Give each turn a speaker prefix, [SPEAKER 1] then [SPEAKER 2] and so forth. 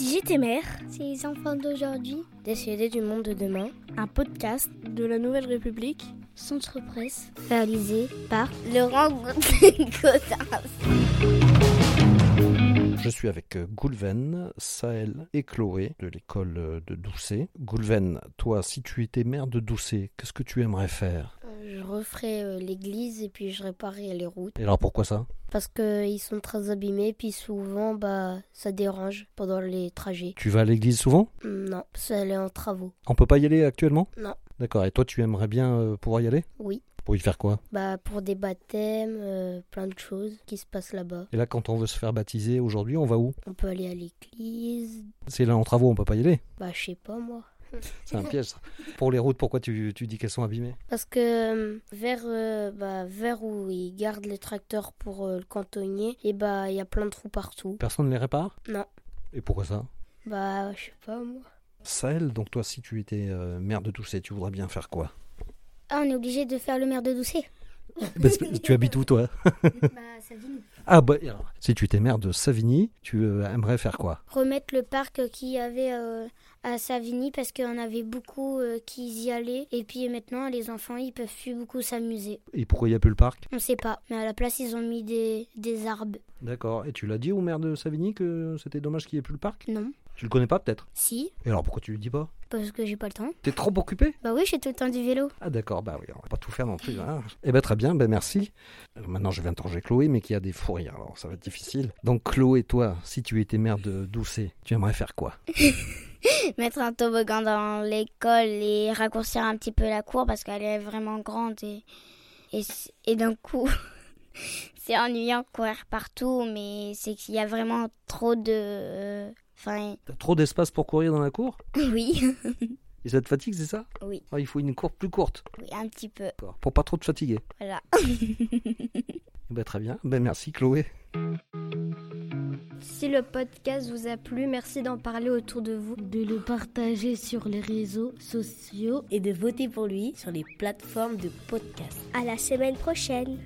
[SPEAKER 1] Minute et Mère,
[SPEAKER 2] C'est les enfants d'aujourd'hui,
[SPEAKER 1] Décédés du monde de demain, un podcast de la Nouvelle République,
[SPEAKER 2] Centre Presse, réalisé par
[SPEAKER 1] Laurent Gaudin.
[SPEAKER 3] Je suis avec euh, Goulven, Sahel et Chloé de l'école euh, de Doucet. Goulven, toi, si tu étais mère de Doucet, qu'est-ce que tu aimerais faire
[SPEAKER 2] Je referai euh, l'église et puis je réparerai les routes
[SPEAKER 3] Et alors pourquoi ça
[SPEAKER 2] parce qu'ils sont très abîmés puis souvent bah ça dérange pendant les trajets.
[SPEAKER 3] Tu vas à l'église souvent
[SPEAKER 2] Hmm, Non, ça allait en travaux.
[SPEAKER 3] On peut pas y aller actuellement
[SPEAKER 2] Non.
[SPEAKER 3] D'accord, et toi, tu aimerais bien euh, pouvoir y aller
[SPEAKER 2] Oui,
[SPEAKER 3] Pour y faire quoi
[SPEAKER 2] bah pour des baptêmes, euh, plein de choses qui se passent là-bas.
[SPEAKER 3] Et là, quand on veut se faire baptiser aujourd'hui, on va où
[SPEAKER 2] On peut aller à l'église,
[SPEAKER 3] C'est là en travaux, on peut pas y aller.
[SPEAKER 2] bah je sais pas moi.
[SPEAKER 3] C'est un piège. ça. Pour les routes, pourquoi tu, tu dis qu'elles sont abîmées
[SPEAKER 2] Parce que euh, vers, euh, bah, vers où ils gardent les tracteurs pour euh, le cantonnier, et bah il y a plein de trous partout.
[SPEAKER 3] Personne ne les répare
[SPEAKER 2] Non.
[SPEAKER 3] Et pourquoi ça
[SPEAKER 2] Bah je sais pas moi.
[SPEAKER 3] Sahel, donc toi, si tu étais euh, mère de Doucet, tu voudrais bien faire quoi
[SPEAKER 1] Ah, on est obligé de faire le maire de Doucet
[SPEAKER 3] Bah, c'est- Tu habites où, toi
[SPEAKER 1] Bah, ça dit.
[SPEAKER 3] Ah bah et alors, si tu étais maire de Savigny, tu euh, aimerais faire quoi
[SPEAKER 1] Remettre le parc qu'il y avait euh, à Savigny parce qu'on avait beaucoup euh, qui y allaient. Et puis maintenant, les enfants, ils peuvent plus beaucoup s'amuser.
[SPEAKER 3] Et pourquoi il n'y a plus le parc
[SPEAKER 1] On sait pas, mais à la place, ils ont mis des, des arbres.
[SPEAKER 3] D'accord. Et tu l'as dit au maire de Savigny que c'était dommage qu'il n'y ait plus le parc
[SPEAKER 1] Non.
[SPEAKER 3] Tu le connais pas peut-être
[SPEAKER 1] Si,
[SPEAKER 3] Et alors pourquoi tu lui dis pas
[SPEAKER 1] parce que j'ai pas le temps.
[SPEAKER 3] T'es trop occupé
[SPEAKER 1] Bah oui, j'ai tout le temps du vélo.
[SPEAKER 3] Ah d'accord, bah oui, on va pas tout faire non plus. Hein. Eh ben très bien, ben merci. Euh, Maintenant je vais interroger Chloé, mais qui a des fous rires, alors ça va être difficile. Donc Chloé, toi, si tu étais maire de Doucet, tu aimerais faire quoi
[SPEAKER 1] Mettre un toboggan dans l'école et raccourcir un petit peu la cour parce qu'elle est vraiment grande et, et, c- et d'un coup, c'est ennuyant de courir partout, mais c'est qu'il y a vraiment trop de. euh, Enfin,
[SPEAKER 3] T'as trop d'espace pour courir dans la cour
[SPEAKER 1] oui,
[SPEAKER 3] Et ça te fatigue, c'est ça
[SPEAKER 1] Oui.
[SPEAKER 3] Ah, il faut une cour plus courte,
[SPEAKER 1] oui, un petit peu.
[SPEAKER 3] d'accord, pour pas trop te fatiguer.
[SPEAKER 1] Voilà.
[SPEAKER 3] Eh ben très bien, ben merci Chloé.
[SPEAKER 4] Si le podcast vous a plu, merci d'en parler autour de vous.
[SPEAKER 5] de le partager sur les réseaux sociaux
[SPEAKER 6] et de voter pour lui sur les plateformes de podcast.
[SPEAKER 2] À la semaine prochaine.